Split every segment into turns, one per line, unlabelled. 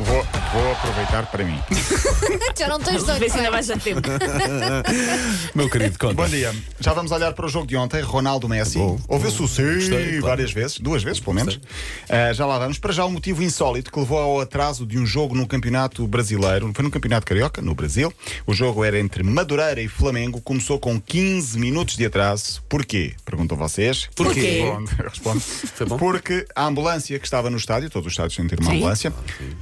vou aproveitar para mim.
Já não tens
Vê
dois.
se ainda vais a tempo.
Meu querido, conta.
Bom dia. Já vamos olhar para o jogo de ontem, Ronaldo Messi.
Bom,
Ouviu-se o
Gostei,
sim
claro.
várias vezes, duas vezes pelo menos. Ah, já lá vamos. Para já, um motivo insólito que levou ao atraso de um jogo no Campeonato Brasileiro. Foi no Campeonato Carioca, no Brasil. O jogo era entre Madureira e Flamengo. Começou com 15 minutos de atraso. Porquê? Perguntam vocês.
Porquê?
Respondo. respondo.
Foi bom?
Porque a ambulância que estava no estádio, todos os estádios têm de ter uma ambulância,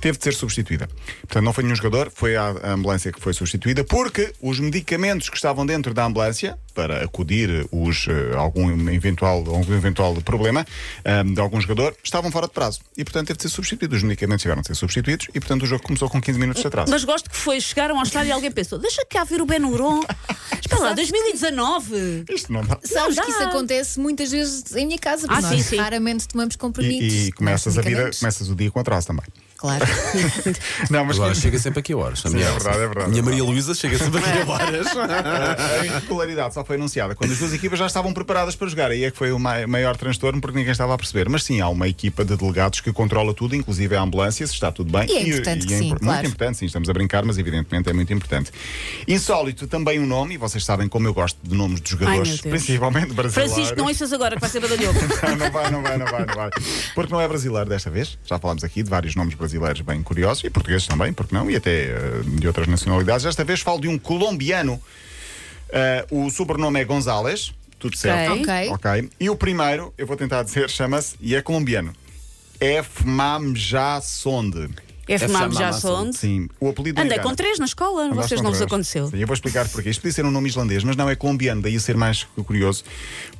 teve de ser substituída. Portanto, não foi nenhum jogador, foi a a ambulância que foi substituída, porque os medicamentos que estavam dentro da ambulância para acudir os, eh, algum, eventual, algum eventual problema eh, de algum jogador estavam fora de prazo. E, portanto, teve de ser substituído. Os medicamentos tiveram de ser substituídos e, portanto, o jogo começou com 15 minutos de atraso.
Mas gosto que foi, chegaram ao estádio e alguém pensou: deixa cá ver o Ben Huron. Espera lá, 2019.
Isto não dá.
Sabes
Não
que
dá.
isso acontece muitas vezes em minha casa,
Ah,
porque
sim,
nós
sim.
raramente tomamos compromissos.
E, e começas, a vida,
é? medicamentos.
começas o dia com atraso também.
Claro.
Não, mas
Agora chega sempre aqui a horas. a
Sim,
minha
é
hora.
verdade, é verdade.
Minha Maria Luísa chega sempre aqui a horas.
A irregularidade só foi anunciada quando as duas equipas já estavam preparadas para jogar. Aí é que foi o mai- maior transtorno porque ninguém estava a perceber. Mas sim, há uma equipa de delegados que controla tudo, inclusive a ambulância, se está tudo bem.
E é importante que sim,
impor-
claro.
Muito importante, sim, estamos a brincar, mas evidentemente é muito importante. Insólito também o nome, e vocês sabem como eu gosto de nomes de
meu
jogadores,
Deus.
principalmente brasileiros.
Francisco, não ouças agora que vai ser badalhoco.
Não, não vai, não vai, não vai, não vai. Porque não é brasileiro desta vez. Já falámos aqui de vários nomes brasileiros bem curiosos e portugueses também, porque não? E até eh, de outras nacionalidades. Desta vez falo de um colombiano. Eh, o sobrenome é Gonzales. Tudo certo.
Ok.
Ok. E o primeiro, eu vou tentar dizer, chama-se, e é colombiano. F. Mamja Sonde.
É fumado já
massa.
sonde.
Sim, o apelido
Andei
engana.
com três na escola,
Andaste
vocês
com
não vos
três.
aconteceu.
Sim, eu vou explicar porque isto podia ser um nome islandês, mas não é colombiano, daí ser mais curioso.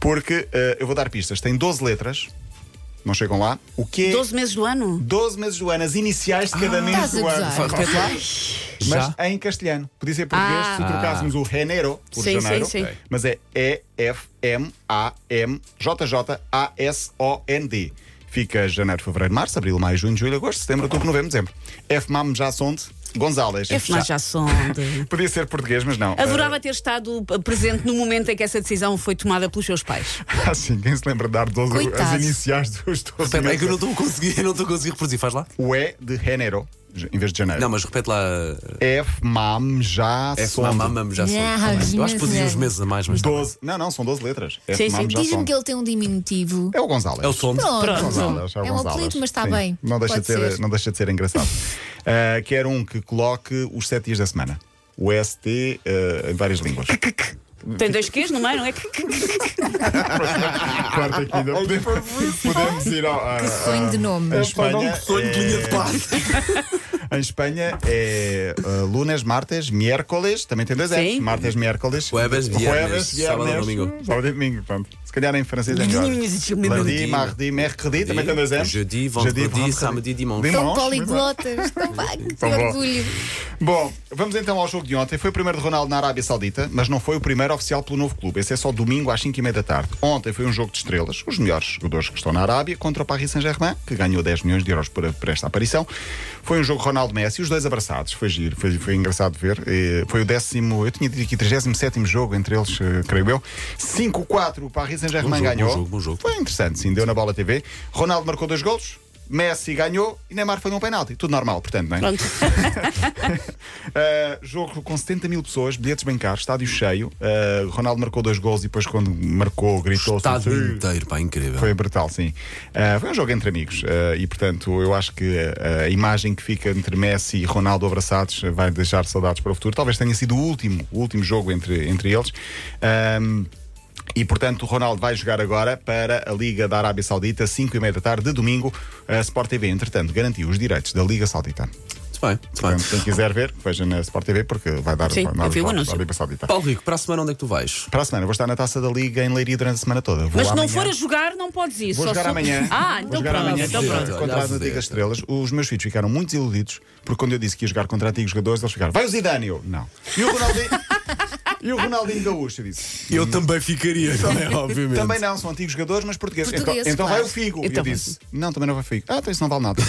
Porque eh, eu vou dar pistas. Tem 12 letras, não chegam lá. O que é
12 meses do ano.
12 meses do ano, as iniciais de cada
Ah,
mês
Estás a
do ano.
gozar.
Repete lá.
é Mas
Já.
em castelhano. Podia ser português
Ah.
se trocássemos o janeiro por
Sim, sim,
janeiro.
sim. Ok.
Mas é E-F-M-A-M-J-J-A-S-O-N-D. Fica janeiro, fevereiro, março, abril, maio, junho, julho, agosto, setembro, outubro, novembro, dezembro. F-MAM já sonde. Gonzalez.
É fumado já sonde.
Podia ser português, mas não.
Adorava ter estado presente no momento em que essa decisão foi tomada pelos seus pais.
Ah, sim, quem se lembra de dar 12
Coitado.
as iniciais dos 12
Espera, é que eu não
meses?
estou a conseguir, eu não estou a conseguir reproduzir. Faz lá.
O E de janeiro, em vez de janeiro.
Não, mas repete lá.
F, mam, já,
É
sonde.
mamamos já sou.
Não,
Eu acho que podia uns
não.
meses a mais, mas. tá bem.
12. Não, não, são 12 letras.
Sim,
F, mam,
sim.
já,
Diz-me
sonde.
que ele tem um diminutivo.
É o Gonzalez.
É o som.
Pronto.
Gonzalez,
É um
Gonzalez.
apelido, mas está
Sim,
bem.
Não deixa,
Pode
de ser,
ser.
não deixa de ser engraçado. Ah, quero um que coloque os sete dias da semana. O ST ah, em várias línguas.
Tem dois quês no meio, não é? que- que-
Quarta, quinta. Podemos, podemos ir ao. a-
Que sonho de nome.
a- a
É,
Espanha
sonho de
é-
linha de passe.
Em Espanha é ah, lunes, martes, miércoles, também tem dois Fs.
Sim.
Martes, miércoles.
Jueves, viernes,
Jueves, viernes,
sábado, domingo.
Sábado e domingo, pronto. Se calhar em francês é melhor. Lundi, mardi, mercredi, também tem dois Fs.
Jeudi, vendredi, samedi, dimanche.
São
Dimanche, muito bem.
poliglotas. Tão vago. Que
é? Tão bom.
orgulho.
Bom, vamos então ao jogo de ontem. Foi o primeiro de Ronaldo na Arábia Saudita, mas não foi o primeiro oficial pelo novo clube. Esse é só domingo às 5h30 da tarde. Ontem foi um jogo de estrelas, os melhores jogadores que estão na Arábia, contra o Paris Saint-Germain, que ganhou 10 milhões de euros por, por esta aparição. Foi um jogo Ronaldo-Messi, os dois abraçados. Foi giro, foi, foi engraçado ver. Eh, Foi o décimo, eu tinha dito aqui, 37 jogo entre eles, eh, creio eu. 5-4 o Paris
Bom
Saint-Germain
jogo,
ganhou.
bom jogo, bom jogo.
Foi interessante, sim, deu na bola TV. Ronaldo marcou dois golos. Messi ganhou e Neymar foi num penalti. Tudo normal, portanto, não é?
Pronto.
Uh, jogo com 70 mil pessoas, bilhetes bem caros, estádio cheio. Uh, Ronaldo marcou dois gols e depois, quando marcou, gritou
Estado inteiro, pá, incrível.
Foi brutal, sim. Uh, foi um jogo entre amigos uh, e, portanto, eu acho que uh, a imagem que fica entre Messi e Ronaldo abraçados uh, vai deixar saudades para o futuro. Talvez tenha sido o último, o último jogo entre, entre eles. Um, e, portanto, o Ronaldo vai jogar agora para a Liga da Arábia Saudita, 5 e meia da tarde de domingo. A Sport TV, entretanto, garantiu os direitos da Liga Saudita.
Muito bem, muito
Portanto, quem
bem.
quiser ver, veja na Sport TV porque vai dar
Sim,
vai dar
eu vi o
os jogos
anúncio.
da Arábia Saudita.
Paulo Rico, para a semana onde é que tu vais?
Para a semana, vou estar na taça da Liga em Leiria durante a semana toda. Vou
Mas se
lá
não
amanhã.
for a jogar, não podes ir.
Vou
só
jogar
sou-
amanhã.
Ah,
vou
então
jogar
pronto.
amanhã
Então
Sim.
pronto.
Olha
contra
a
as antigas
vedeta.
estrelas. Os meus filhos ficaram muito desiludidos porque quando eu disse que ia jogar contra antigos jogadores, eles ficaram: vai o Zidane! Eu, não. E o Ronaldinho? E o Ronaldinho Gaúcho disse:
Eu também ficaria, não é? Obviamente.
Também não, são antigos jogadores, mas portugueses. Então-
Portugueses,
então vai
claro.
o Figo. E eu
Então-
disse: Não, também não vai o Figo. Ah, então isso não vale nada.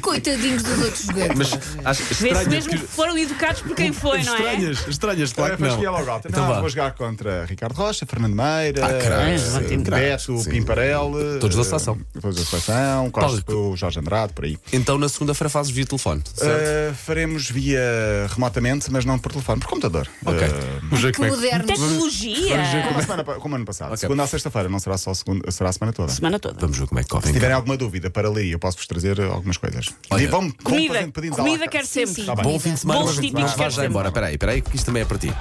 Coitadinhos dos outros jogadores.
Mas acho
Vê-se
estranhas
mesmo que
que.
foram educados por quem foi, não é?
Estranhas, estranhas, claro
Olha,
que
mas
não.
que é logo alto.
Então
não,
vá.
vou jogar contra Ricardo Rocha, Fernando Meira,
Ah, craques,
eh,
sim, craques,
Beto,
sim.
Pimparel.
Todos da
eh,
seleção. é
Todos da seleção, Costa,
Paulo,
o Jorge Andrade, por aí.
Então na segunda-feira fazes via telefone, certo?
Eh, faremos via remotamente, mas não por telefone, por computador.
ok.
Eh,
Vamos ver
que
como é
modernos.
Tecnologia.
como, a semana pa- como ano passado.
Ok.
Segunda à sexta-feira, não será só segunda, será a semana toda. Se
Semana toda.
Vamos ver como é que corre.
tiverem alguma dúvida para ler, eu posso-vos trazer eh, algumas coisas.
Olha,
e vão, vão
Comida,
fazendo pedidos à
comida
la carte.
quer sempre.
Tá bem.
Bom fim de semana,
Bons
mas-
típicos,
mas vais
quero
já embora. Espera aí, espera aí, que isto também é para ti.